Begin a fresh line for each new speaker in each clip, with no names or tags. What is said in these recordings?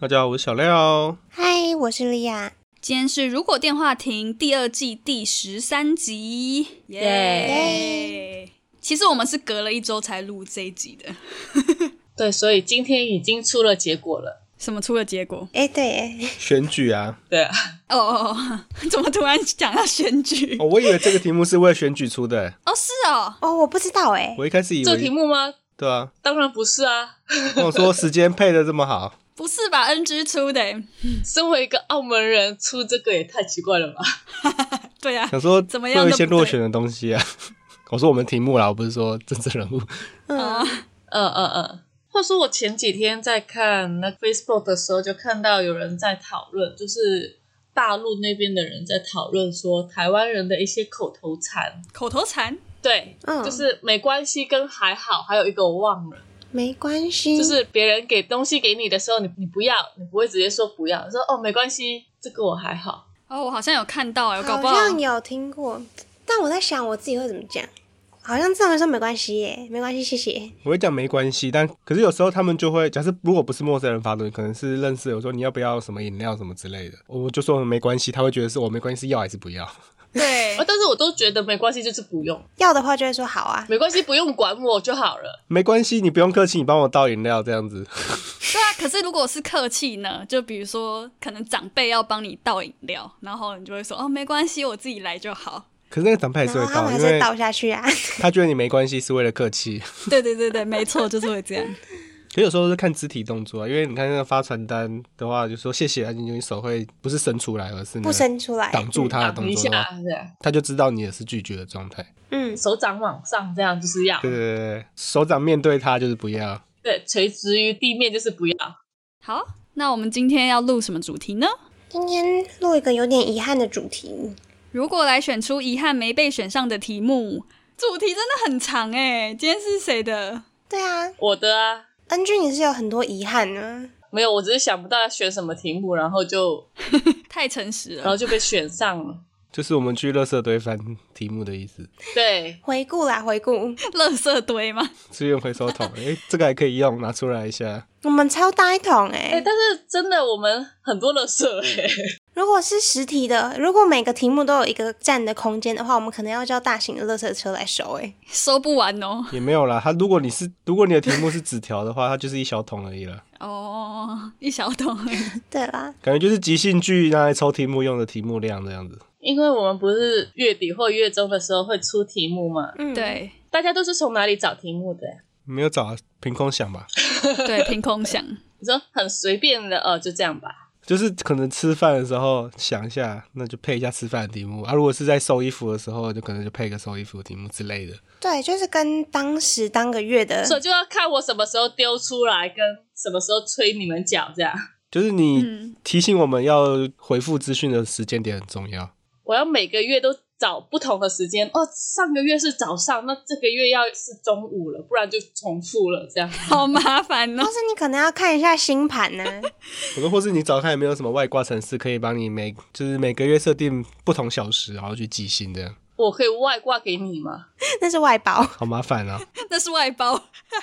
大家好，我是小廖。
嗨，我是莉亚。
今天是《如果电话亭》第二季第十三集，耶、其实我们是隔了一周才录这一集的。
对，所以今天已经出了结果了。
什么出了结果？
哎，对，
选举啊，
对啊，
哦哦哦， 怎么突然讲到选举？
哦，我以为这个题目是为了选举出的，
哦，是哦，
哦，我不知道哎、
我一开始以
这题
为
目吗？
对啊，
当然不是啊。
我说时间配的这么好，
不是吧？NG 出的，
身为一个澳门人，出这个也太奇怪了吧？
对啊，
想说
怎么
会
样
有一
都
些
不对
落选的东西啊。 我说我们题目啦，我不是说政治人物。
啊、
嗯嗯嗯。话说我前几天在看那 Facebook 的时候，就看到有人在讨论，就是大陆那边的人在讨论说台湾人的一些口头禅。
口头禅，
对，
嗯
就是没关系跟还好，还有一个我忘了。
没关系，
就是别人给东西给你的时候，你你不要，你不会直接说不要，你说哦没关系，这个我还好。
哦，我好像有看到，有搞
好
啊
不好？
像有听过，但我在想我自己会怎么讲，好像这么说没关系耶，没关系，谢谢。
我会讲没关系，但可是有时候他们就会，假设如果不是陌生人发的，可能是认识的，我说你要不要什么饮料什么之类的，我就说没关系，他会觉得是我没关系，要还是不要？
对
啊，，但是我都觉得没关系，就是不用，
要的话就会说好啊，
没关系，不用管我就好了。
没关系，你不用客气，你帮我倒饮料这样子。
对啊。可是如果是客气呢？就比如说，可能长辈要帮你倒饮料，然后你就会说哦，没关系，我自己来就好。
可是那个长辈还
然
是
后
会
他
倒，
们还
因
是会
为
倒下去啊。
他觉得你没关系是为了客气。
对对对对，没错，就是会这样。
可有时候是看肢体动作啊，因为你看那个发传单的话，就说谢谢啊，你你手会不是伸出来，而是那个
不伸出来
挡住他的
嗯挡
动
一
作的话，
下，对啊，
他就知道你也是拒绝的状态。
嗯，
手掌往上这样就是要，
对对对对，手掌面对他就是不要。
对，垂直于地面就是不要。
好，那我们今天要录什么主题呢？
今天录一个有点遗憾的主题，
如果来选出遗憾没被选上的题目，主题真的很长哎、今天是谁的？
对啊
我的啊，
，NG 你是有很多遗憾啊呢、
没有，我只是想不到要选什么题目，然后就
太诚实
然
了
后。就被选上了。
就是我们去垃圾堆翻题目的意思，
对，
回顾啦，回顾，
垃圾堆吗？
资源回收桶，诶、这个还可以用，拿出来一下。
我们超大一桶哎、
哎、但是真的我们很多的色哎、
如果是实体的，如果每个题目都有一个占的空间的话，我们可能要叫大型的垃圾车来收哎、
收不完哦。
也没有啦，它如果你是如果你的题目是纸条的话，它就是一小桶而已了，
哦，一小桶而已
对啦，
感觉就是即兴剧拿来抽题目用的题目量这样子。
因为我们不是月底或月中的时候会出题目嘛，
嗯，，
对
大家都是从哪里找题目的呀？
没有找啊凭空想吧，
对，凭空想。
你说很随便的，呃，就这样吧。
就是可能吃饭的时候想一下，那就配一下吃饭的题目啊。如果是在收衣服的时候，就可能就配个收衣服的题目之类的。
对，就是跟当时当个月的
所以就要看我什么时候丢出来，跟什么时候吹你们脚这样。
就是你
嗯
提醒我们要回复资讯的时间点很重要。
我要每个月都找不同的时间，哦，上个月是早上，那这个月要是中午了，不然就重复了这样。
好麻烦哦
或！是你可能要看一下星盘啊呢、
我说，或是你找看有没有什么外挂程式可以帮你每就是每个月设定不同小时，然后去记性这样，
我可以外挂给你吗？
那是外包。
好麻烦啊！
那是外包，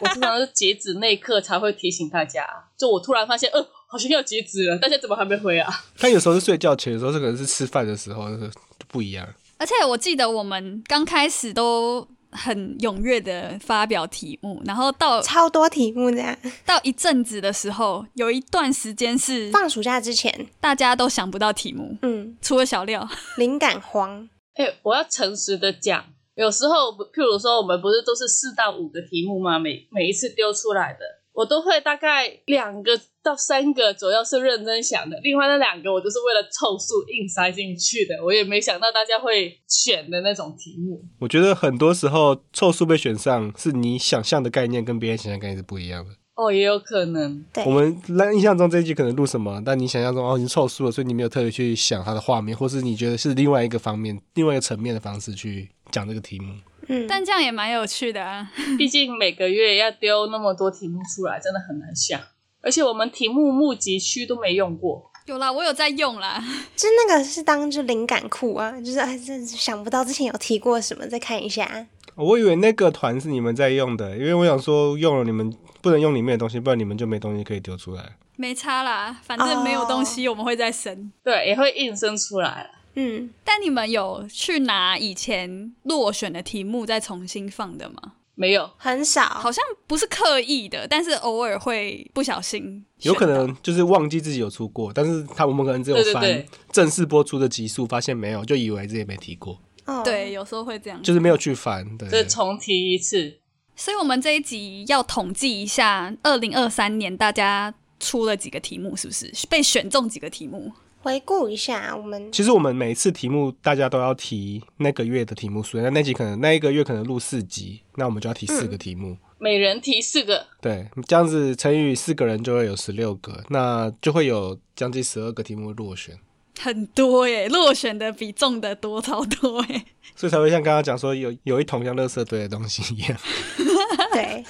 我通常是截止那一刻才会提醒大家，就我突然发现，呃，好像要截止了，大家怎么还没回啊？
但有时候是睡觉前，有时候是可能是吃饭的时候，那个就不一样。
而且我记得我们刚开始都很踊跃的发表题目，然后到
超多题目这样。
到一阵子的时候，有一段时间是
放暑假之前，
大家都想不到题目，
嗯，
除了小廖。
灵感荒，
哎、我要诚实的讲，有时候譬如说我们不是都是四到五个题目吗？每每一次丢出来的，我都会大概两个到三个左右是认真想的，另外那两个我就是为了凑数硬塞进去的。我也没想到大家会选的那种题目。
我觉得很多时候凑数被选上，是你想象的概念跟别人想象的概念是不一样的。
哦，也有可能。
对
我们那印象中这一集可能录什么，但你想象中哦，你凑数了，所以你没有特别去想它的画面，或是你觉得是另外一个方面、另外一个层面的方式去讲这个题目。
嗯，
但这样也蛮有趣的啊。
毕竟每个月要丢那么多题目出来，真的很难想。而且我们题目募集区都没用过，
有啦，我有在用啦。
就那个是当就灵感库啊，就是哎，这想不到之前有提过什么，再看一下。
我以为那个团是你们在用的，因为我想说用了你们不能用里面的东西，不然你们就没东西可以丢出来。
没差啦，反正没有东西，我们会再生。
对，也会硬生出来了。
嗯，
但你们有去拿以前落选的题目再重新放的吗？
没有，
很少。
啊
好像不是刻意的，但是偶尔会不小心选
有
到。
可能就是忘记自己有出过，但是他我们可能只有
对对
翻
对
正式播出的集数，发现没有，就以为自己没提过，
哦，
对，，有时候会这样。
嗯就是没有去翻。对
再重提一次。
所以，我们这一集要统计一下，二零二三年大家出了几个题目，是不是被选中几个题目？
回顾一下我 们
其实我们每一次题目大家都要提那个月的题目数，那那集可能那一个月可能录四集，那我们就要提四个题目。
每人提四个，
对，这样子乘以四个人就会有十六个，那就会有将近十二个题目落选，
很多耶，落选的比中的多超多耶。
所以才会像刚刚讲说有有一桶像垃圾堆的东西一样。
对，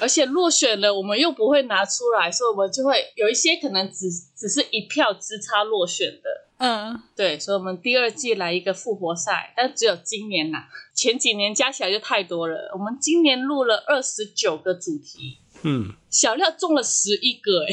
而且落选了，我们又不会拿出来，所以我们就会有一些可能只只是一票之差落选的。
嗯，
对，所以我们第二季来一个复活赛，但只有今年啦、前几年加起来就太多了。我们今年录了二十九个主题，
嗯，
小廖中了十一个、哎，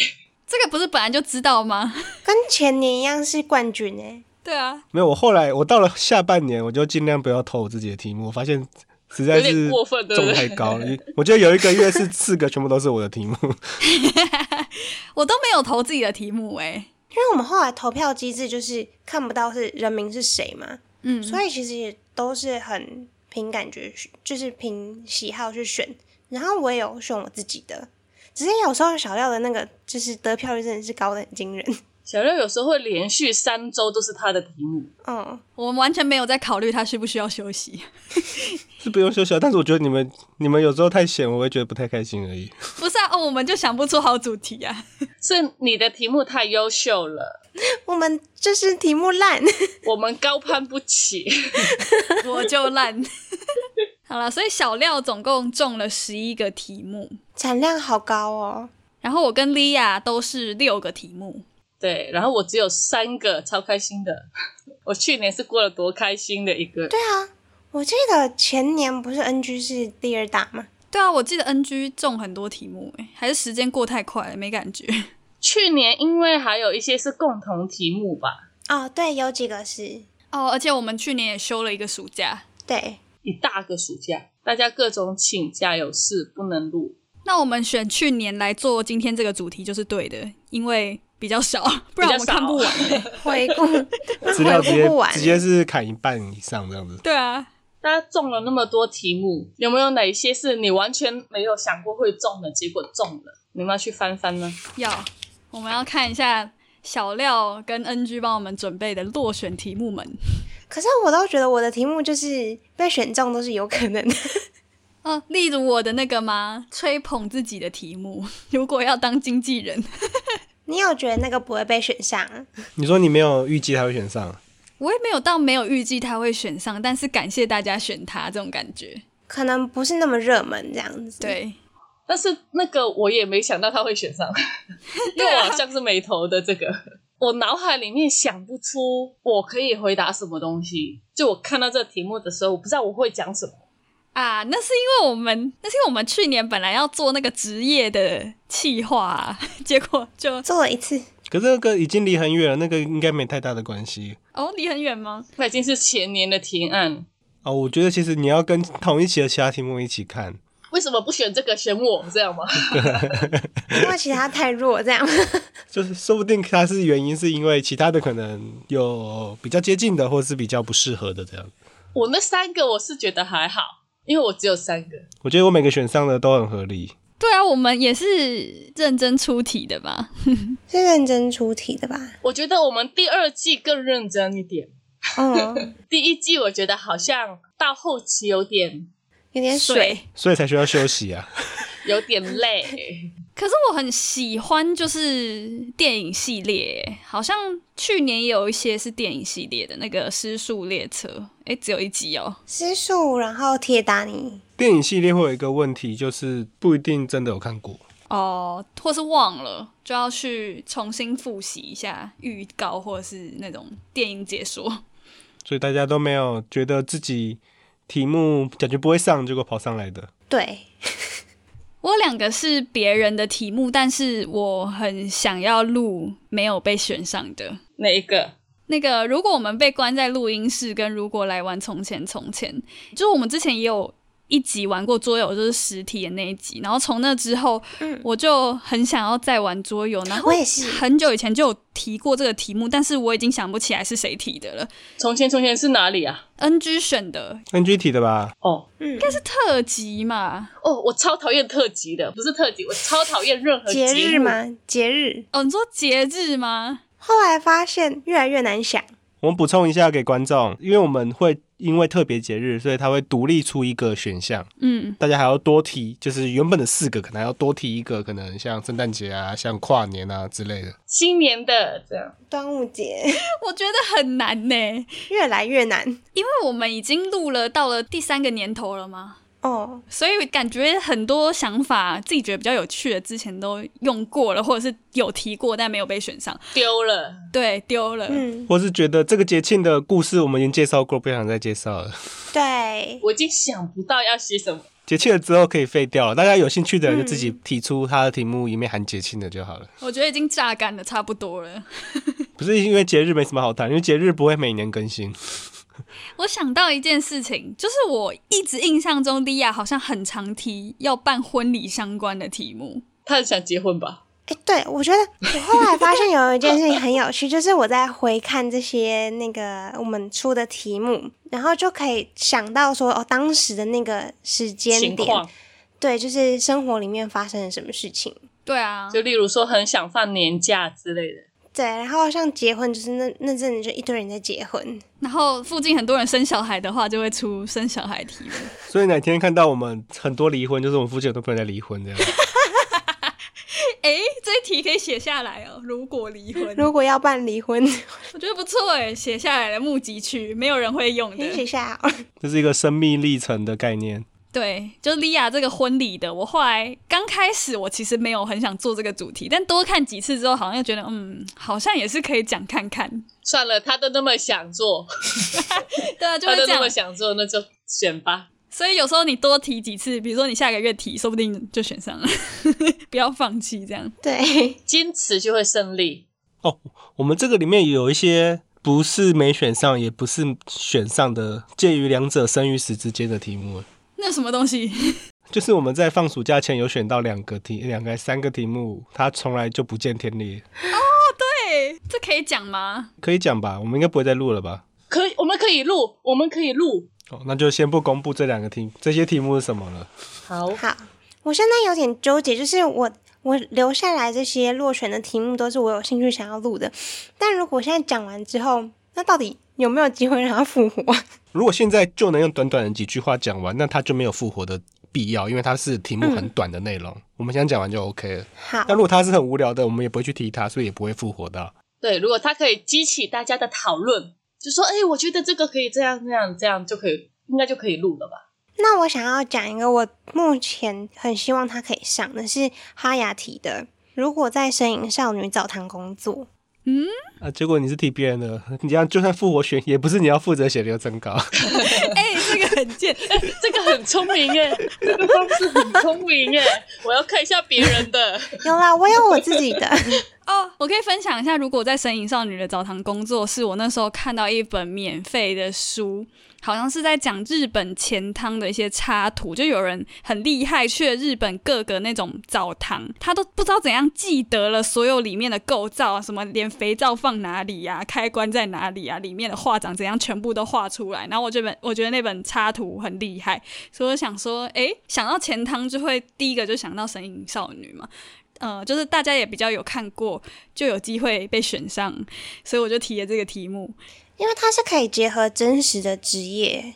这个不是本来就知道吗？
跟前年一样是冠军哎。
对啊，
没有，我后来我到了下半年，我就尽量不要投我自己的题目，我发现实在
有
是
点过分对不对
中太高了。我觉得有一个月是四个全部都是我的题目，
我都没有投自己的题目哎。
因为我们后来投票机制就是看不到是人名是谁嘛，
嗯，
所以其实也都是很凭感觉去，就是凭喜好去选。然后我也有选我自己的，只是有时候小廖的那个就是得票率真的是高的很惊人。
小六有时候会连续三周都是他的题目，
嗯，
我们完全没有在考虑他需不需要休息，
是不用休息啊。但是我觉得你们你们有时候太闲，我会觉得不太开心而已。
不是啊？哦，我们就想不出好主题啊。
是你的题目太优秀了，
我们就是题目烂，
我们高攀不起。
我就烂。 好了，所以小廖总共中了十一个题目，
产量好高哦。
然后我跟莉亚都是六个题目。
对，然后我只有三个，超开心的。我去年是过得多开心的一个，
对啊，我记得前年不是 NG 是第二大吗？
对啊，我记得 NG 中很多题目、欸，还是时间过太快了，没感觉。
去年因为还有一些是共同题目吧，
哦，对，有几个是，
哦，而且我们去年也休了一个暑假。
对，
一大个暑假，大家各种请假有事不能录，
那我们选去年来做今天这个主题就是对的，因为比较 少，不然我们看不 完、欸。
回顾
资料直
回
接
顾不欸完，
直接是砍一半以上这样子。
对啊，
大家中了那么多题目，有没有哪一些是你完全没有想过会中的，结果中了？你们要去翻翻呢？
要我们要看一下小廖跟 NG 帮我们准备的落选题目们。
可是我都觉得我的题目就是被选中都是有可能的，
哦，例如我的那个吗？吹捧自己的题目， 如果要当经纪人，
你有觉得那个不会被选上？
你说你没有预计他会选上，
我也没有到没有预计他会选上，但是感谢大家选他这种感觉。
可能不是那么热门这样子。，
对，
但是那个我也没想到他会 选上，因为我好像是没投的这个。我脑海里面想不出我可以回答什么东西，就我看到这题目的时候，我不知道我会讲什么。
啊，那是因为我们，那是因为我们去年本来要做那个职业的企划、啊， 结果就
做了一次，
可是那个已经离很远了，那个应该没太大的关系
哦，离很远吗？
那已经是前年的提案，
哦。我觉得其实你要跟同一期的其他题目一起看，
为什么不选这个 选我这样吗？
因为其他太弱这样。
就是说不定它是原因是因为其他的可能有比较接近的，或是比较不适合的这样。
我那三个我是觉得还好，因为我只有三个。
我觉得我每个选上的都很合理，
对啊，我们也是认真出题的吧？
是认真出题的吧？
我觉得我们第二季更认真一点，
嗯，
第一季我觉得好像到后期有点
哎有点水。
所以才需要休息啊。
有点累。
可是我很喜欢就是电影系列，好像去年也有一些是电影系列的那个《失速列车》，哎，只有一集哦。
私速，然后铁达尼，
电影系列会有一个问题，就是不一定真的有看过。
哦，或是忘了，就要去重新复习一下预告或者是那种电影解说。
所以大家都没有觉得自己题目感觉不会上，结果跑上来的。
对，
我有两个是别人的题目，但是我很想要录没有被选上的。
哪一个？
那个，如果我们被关在录音室，跟如果来玩从前从前，就是我们之前也有一集玩过桌游，就是实体的那一集。然后从那之后，
嗯
我就很想要再玩桌游。然后
我也是
很久以前就有提过这个题目，但是我已经想不起来是谁提的了。
从前从前是哪里啊？
NG 选的
NG 题的吧？
哦
嗯，
是特辑嘛？
哦，我超讨厌特辑的，不是特辑，我超讨厌任何
节
节
日
目？
吗？节日。
哦，你说节日吗？
后来发现越来越难想，
我们补充一下给观众，因为我们会因为特别节日，所以它会独立出一个选项，
嗯，
大家还要多提，就是原本的四个，可能还要多提一个，可能像圣诞节啊、像跨年啊之类的。
新年的这样，
端午节
我觉得很难呢，
越来越难
因为我们已经录了到了第三个年头了嘛。
哦。
所以感觉很多想法自己觉得比较有趣的，之前都用过了，或者是有提过但没有被选上，
丢了。
对，丢了。
嗯，
或是觉得这个节庆的故事我们已经介绍过，不想再介绍了。
对，
我已经想不到要写什么。
节庆了之后可以废掉了，大家有兴趣的人就自己提出他的题目里面含节庆的就好了。
我觉得已经榨干的差不多了。
不是因为节日没什么好谈，因为节日不会每年更新。
我想到一件事情，就是我一直印象中莉亚好像很常提要办婚礼相关的题目，
他很想结婚吧？
哎，对我觉得我后来发现有一件事情很有趣， 就是我在回看这些那个我们出的题目，然后就可以想到说哦，当时的那个时间
情
点，
况
对，就是生活里面发生了什么事情。
对啊，
就例如说很想放年假之类的，
对，然后像结婚，就是那那阵子就一堆人在结婚，
然后附近很多人生小孩的话，就会出生小孩题目。
所以哪天看到我们很多离婚，就是我们附近很多朋友在离婚这样。
哎、这一题可以写下来哦。如果离婚，
如果要办离 婚，
我觉得不错哎，写下来的募集区没有人会用的
你。写下来好了
这是一个生命历程的概念。
对，就莉亚这个婚礼的，我后来刚开始我其实没有很想做这个主题，但多看几次之后，好像又觉得嗯，好像也是可以讲看看。
算了，他都那么想做，
对啊，就
他
会
都
这
那么
样。
想做，那就选吧。
所以有时候你多提几次，比如说你下个月提，说不定就选上了。 不要放弃，这 样
对，
坚持就会胜利。
我们这个里面有一些不是没选上，也不是选上的，介于两者生与死之间的题目。
那什么东西？
就是我们在放暑假前有选到两个题，两个还三个题目，它从来就不见天日，
对，这可以讲吗？
可以讲吧？我们应该不会再录了吧？
可以，我们可以录，我们可以录。
哦，那就先不公布这两个题，这些题目是什么了。
好，
好，我现在有点纠结，就是我我留下来这些落选的题目都是我有兴趣想要录的，但如果现在讲完之后，那到底有没有机会让它复活？
如果现在就能用短短的几句话讲完，那它就没有复活的必要，因为它是题目很短的内容，我们想讲完就 OK 了。
好
但，如果它是很无聊的，我们也不会去提它，所以也不会复活的。啊
对，如果他可以激起大家的讨论，就说，哎、我觉得这个可以这样这样这样就可以，应该就可以录了吧？
那我想要讲一个我目前很希望它可以上的是哈雅提的，如果在身影少女澡堂工作，
啊，结果你是提别人的， 你这样就算复活选，也不是你要负责写流程稿。
哎、这个很贱。
这个很聪明哎，这个方式很聪明哎，我要看一下别人的。
有啦，我有我自己的，
哦，我可以分享一下，如果在《神隐少女的澡堂工作室》，我那时候看到一本免费的书，好像是在讲日本钱汤的一些插图，就有人很厉害，去了日本各个那种澡堂，他都不知道怎样记得了所有里面的构造啊，什么连肥皂放哪里呀、开关在哪里啊，里面的画长怎样，全部都画出来。然后我这本我觉得那本插图很厉害，所以我想说，诶，想到钱汤就会第一个就想到《神隐少女》嘛。呃，就是大家也比较有看过，就有机会被选上，所以我就提了这个题目。
因为它是可以结合真实的职业，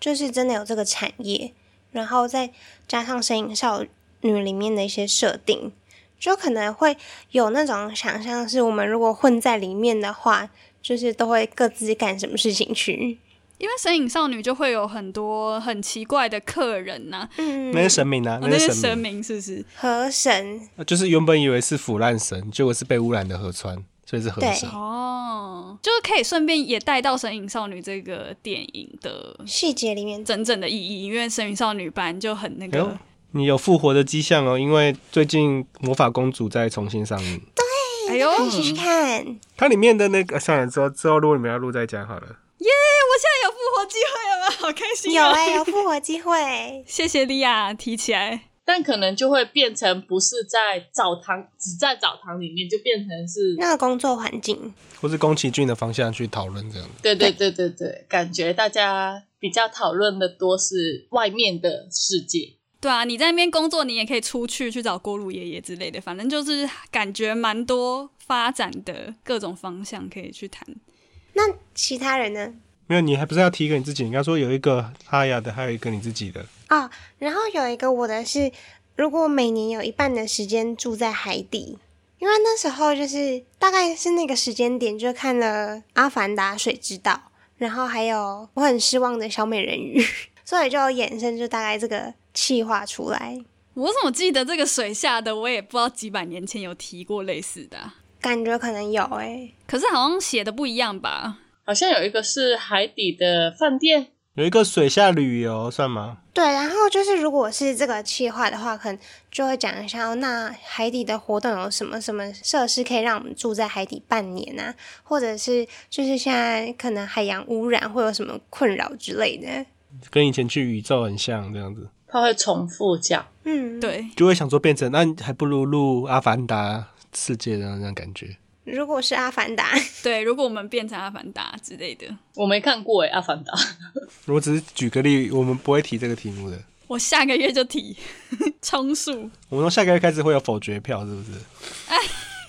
就是真的有这个产业，然后再加上《身影少女》里面的一些设定，就可能会有那种想象，是我们如果混在里面的话，就是都会各自干什么事情去。
因为神隐少女就会有很多很奇怪的客人呐、
嗯，
那是神明啊，
哦些
那是
神
神明，
明是不是？
河神，
就是原本以为是腐烂神，结果是被污染的河川，所以是河
对
神。
哦，就是可以顺便也带到《神隐少女》这个电影的
细节里面
真正的意义，因为《神隐少女》班就很那
哎呦
个，
你有复活的迹象哦，因为最近《魔法公主》在重新上映，
哎呦，
嗯
可以试试看。
它里面的那个，算了，之后之后如果你们要录再讲好了。
我现 在有复活机会了吗？好开心、
有
啊！，
哎、有复活机会
谢谢莉亚提起来，
但可能就会变成不是在澡堂，只在澡堂里面，就变成是，
那个工作环境
或是宫崎骏的方向去讨论这样。
对对对对对，感觉大家比较讨论的多是外面的世界。
对啊，你在那边工作，你也可以出去去找锅炉爷爷之类的，反正就是感觉蛮多发展的各种方向可以去谈。
那其他人呢？
没有，你还不是要提一个你自己？你刚说有一个哈雅的，还有一个你自己的。
哦，然后有一个我的是，如果每年有一半的时间住在海底，因为那时候就是大概是那个时间点，就看了《阿凡达》《水之道》，然后还有我很失望的《小美人鱼》， 所以就衍生就大概这个气划出来，
我怎么记得这个水下的，我也不知道几百年前有提过类似的啊、
感觉可能有欸诶、
可是好像写的不一样吧？
好像有一个是海底的饭店，
有一个水下旅游算吗？
对，然后就是如果是这个企划的话，可能就会讲一下、哦，那海底的活动有什么什么设施可以让我们住在海底半年啊，或者是就是现在可能海洋污染会有什么困扰之类的。
跟以前去宇宙很像这样子，
它会重复讲。
嗯，。
对，
就会想说变成那还不如录《阿凡达》世界的那种感觉。
如果是阿凡达，
对，如果我们变成阿凡达之类的，
我没看过诶，欸阿凡达》
我只是举个例，我们不会提这个题目的。
我下个月就提 充数，
我们从下个月开始会有否决票，是不是？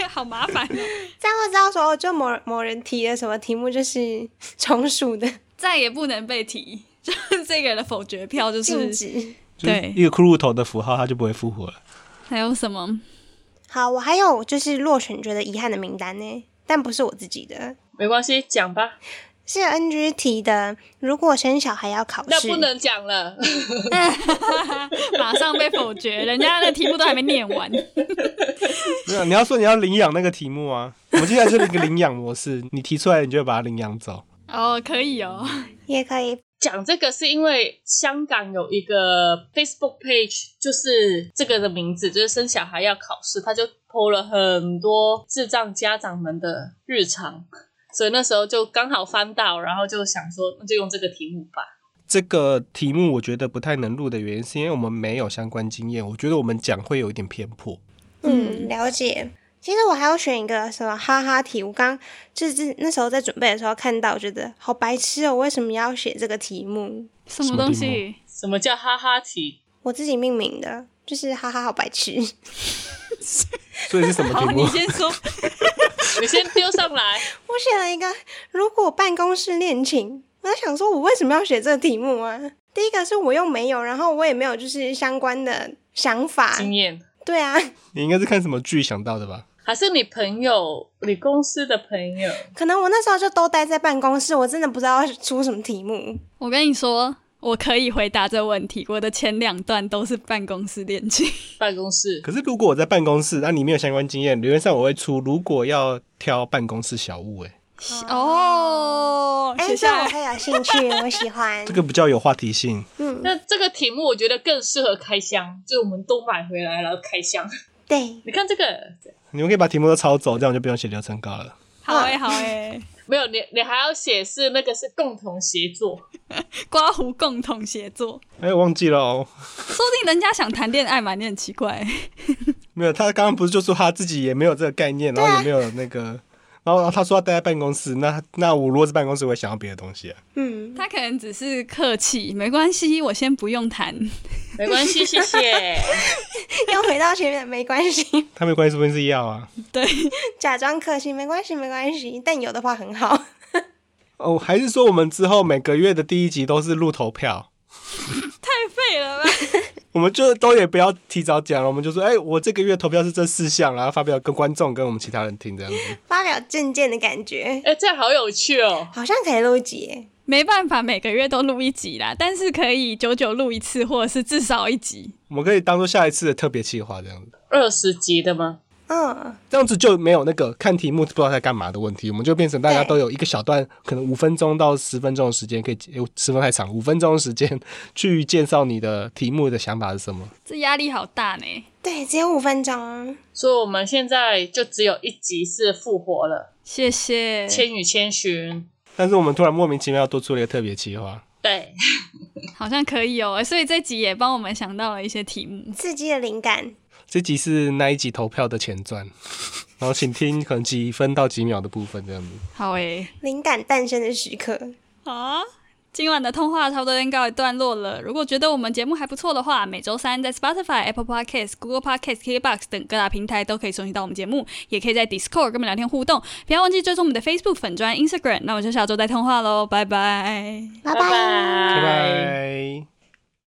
好麻烦哦、
这样我知道说，哦就某某人提了什么题目，就是重数的
再也不能被提， 就是这个人的否决票就
禁
是
止。
就是
对
一个骷髅头的符号，它就不会复 活了。
还有什么？
好，我还有就是落选觉得遗憾的名单呢，但不是我自己的，
没关系，讲吧。
是 NG 提的。如果生小孩要考试，
那不能讲了，
马上被否决，人家的题目都还没念完。
没有，你要说你要领养那个题目啊，我们接下来就是一个领养模式，你提出来，你就会把它领养走。
哦，可以哦，
也可以
讲这个是因为香港有一个 Facebook page，就是这个的名字，就是生小孩要考试，他就 PO 了很多智障家长们的日常，所以那时候就刚好翻到，然后就想说那就用这个题目吧。
这个题目我觉得不太能录的原因，是因为我们没有相关经验，我觉得我们讲会有一点偏颇。
嗯，了解。其实我还要选一个什么哈哈题，我刚就是那时候在准备的时候看到，觉得好白痴哦，为什么要写这个题目？
什么东
什么
西？
什么叫哈哈题？
我自己命名的，就是哈哈好白痴。
所以是什么
好，
题
你
目？
先说。
你先丢上来，
我写了一个，如果办公室恋情，我在想说，我为什么要写这个题目啊？第一个是我又没有，然后我也没有就是相关的想
哎
法，
经验。
对啊，
你应该是看什么剧想到的吧？
还是你朋友，你公司的朋友，
可能我那时候就都待在办公室，我真的不知道要出什么题目。
我跟你说，我可以回答这问题。我的前两段都是办公室恋情，
办公室
可是如果我在办公室，那、你没有相关经验，理论上我会出如果要挑办公室小物、欸，
哦，
哎、
写
这
下
我
来。
很有兴趣，我喜欢
这。个比较有话题性。
嗯，
那这个题目我觉得更适合开箱，就我们都买回来然后开箱。
对，
你看这个
你们可以把题目都抄走，这样我就不用写流程稿了。
好哎、好哎、
没有你，你还要写是那个是共同协 作，
刮胡共同协作，
哎、我忘记了、哦，
说不定人家想谈恋爱嘛，你很奇怪、
没有，他刚刚不是就说他自己也没有这个概念，然后也没有那个，然后然后他说要待在办公室，那那我如果是办公室，我也想要别的东西啊。
嗯，
他可能只是客气，没关系，我先不用谈。
没关系，谢谢。
又回到前面，没关系，
他没关系，说不定是要啊。
对，
假装客气，没关系，没关系。但有的话很好，
哦，还是说我们之后每个月的第一集都是录投票？
太废了吧？
我们就都也不要提早讲了，我们就说，哎、我这个月投票是这四项，然后发表跟观众跟我们其他人听这样子。
发表证件的感觉，
哎、这样好有趣哦！
好像可以录一集耶。
没办法，每个月都录一集啦，但是可以久久录一次，或者是至少一集。
我们可以当做下一次的特别企划这样子，
二十集的吗？
嗯，
这样子就没有那个看题目不知道在干嘛的问题，我们就变成大家
对
都有一个小段，可能五分钟到十分钟的时间，可以十分太长，五分钟的时间去介绍你的题目的想法是什么。
这压力好大呢。
对，只有五分钟，
所以我们现在就只有一集是复活了，
谢谢，
《千与千寻
但是我们突然莫名其妙多出了一个特别企划，》
对，
好像可以哦。所以这集也帮我们想到了一些题目。
刺激的灵感。
这集是那一集投票的前传，然后请听可能几分到几秒的部分这样子。
好诶，
灵感诞生的时刻，
好啊。今晚的通话差不多先告一段落了。如果觉得我们节目还不错的话，每周三在 Spotify、Apple Podcasts、Google Podcasts、KBox 等各大平台都可以收听到我们节目，也可以在 Discord 跟我们聊天互动。不要忘记追踪我们的 Facebook 粉砖、Instagram。那我们就下周再通话喽，拜拜。
拜
拜拜
拜拜。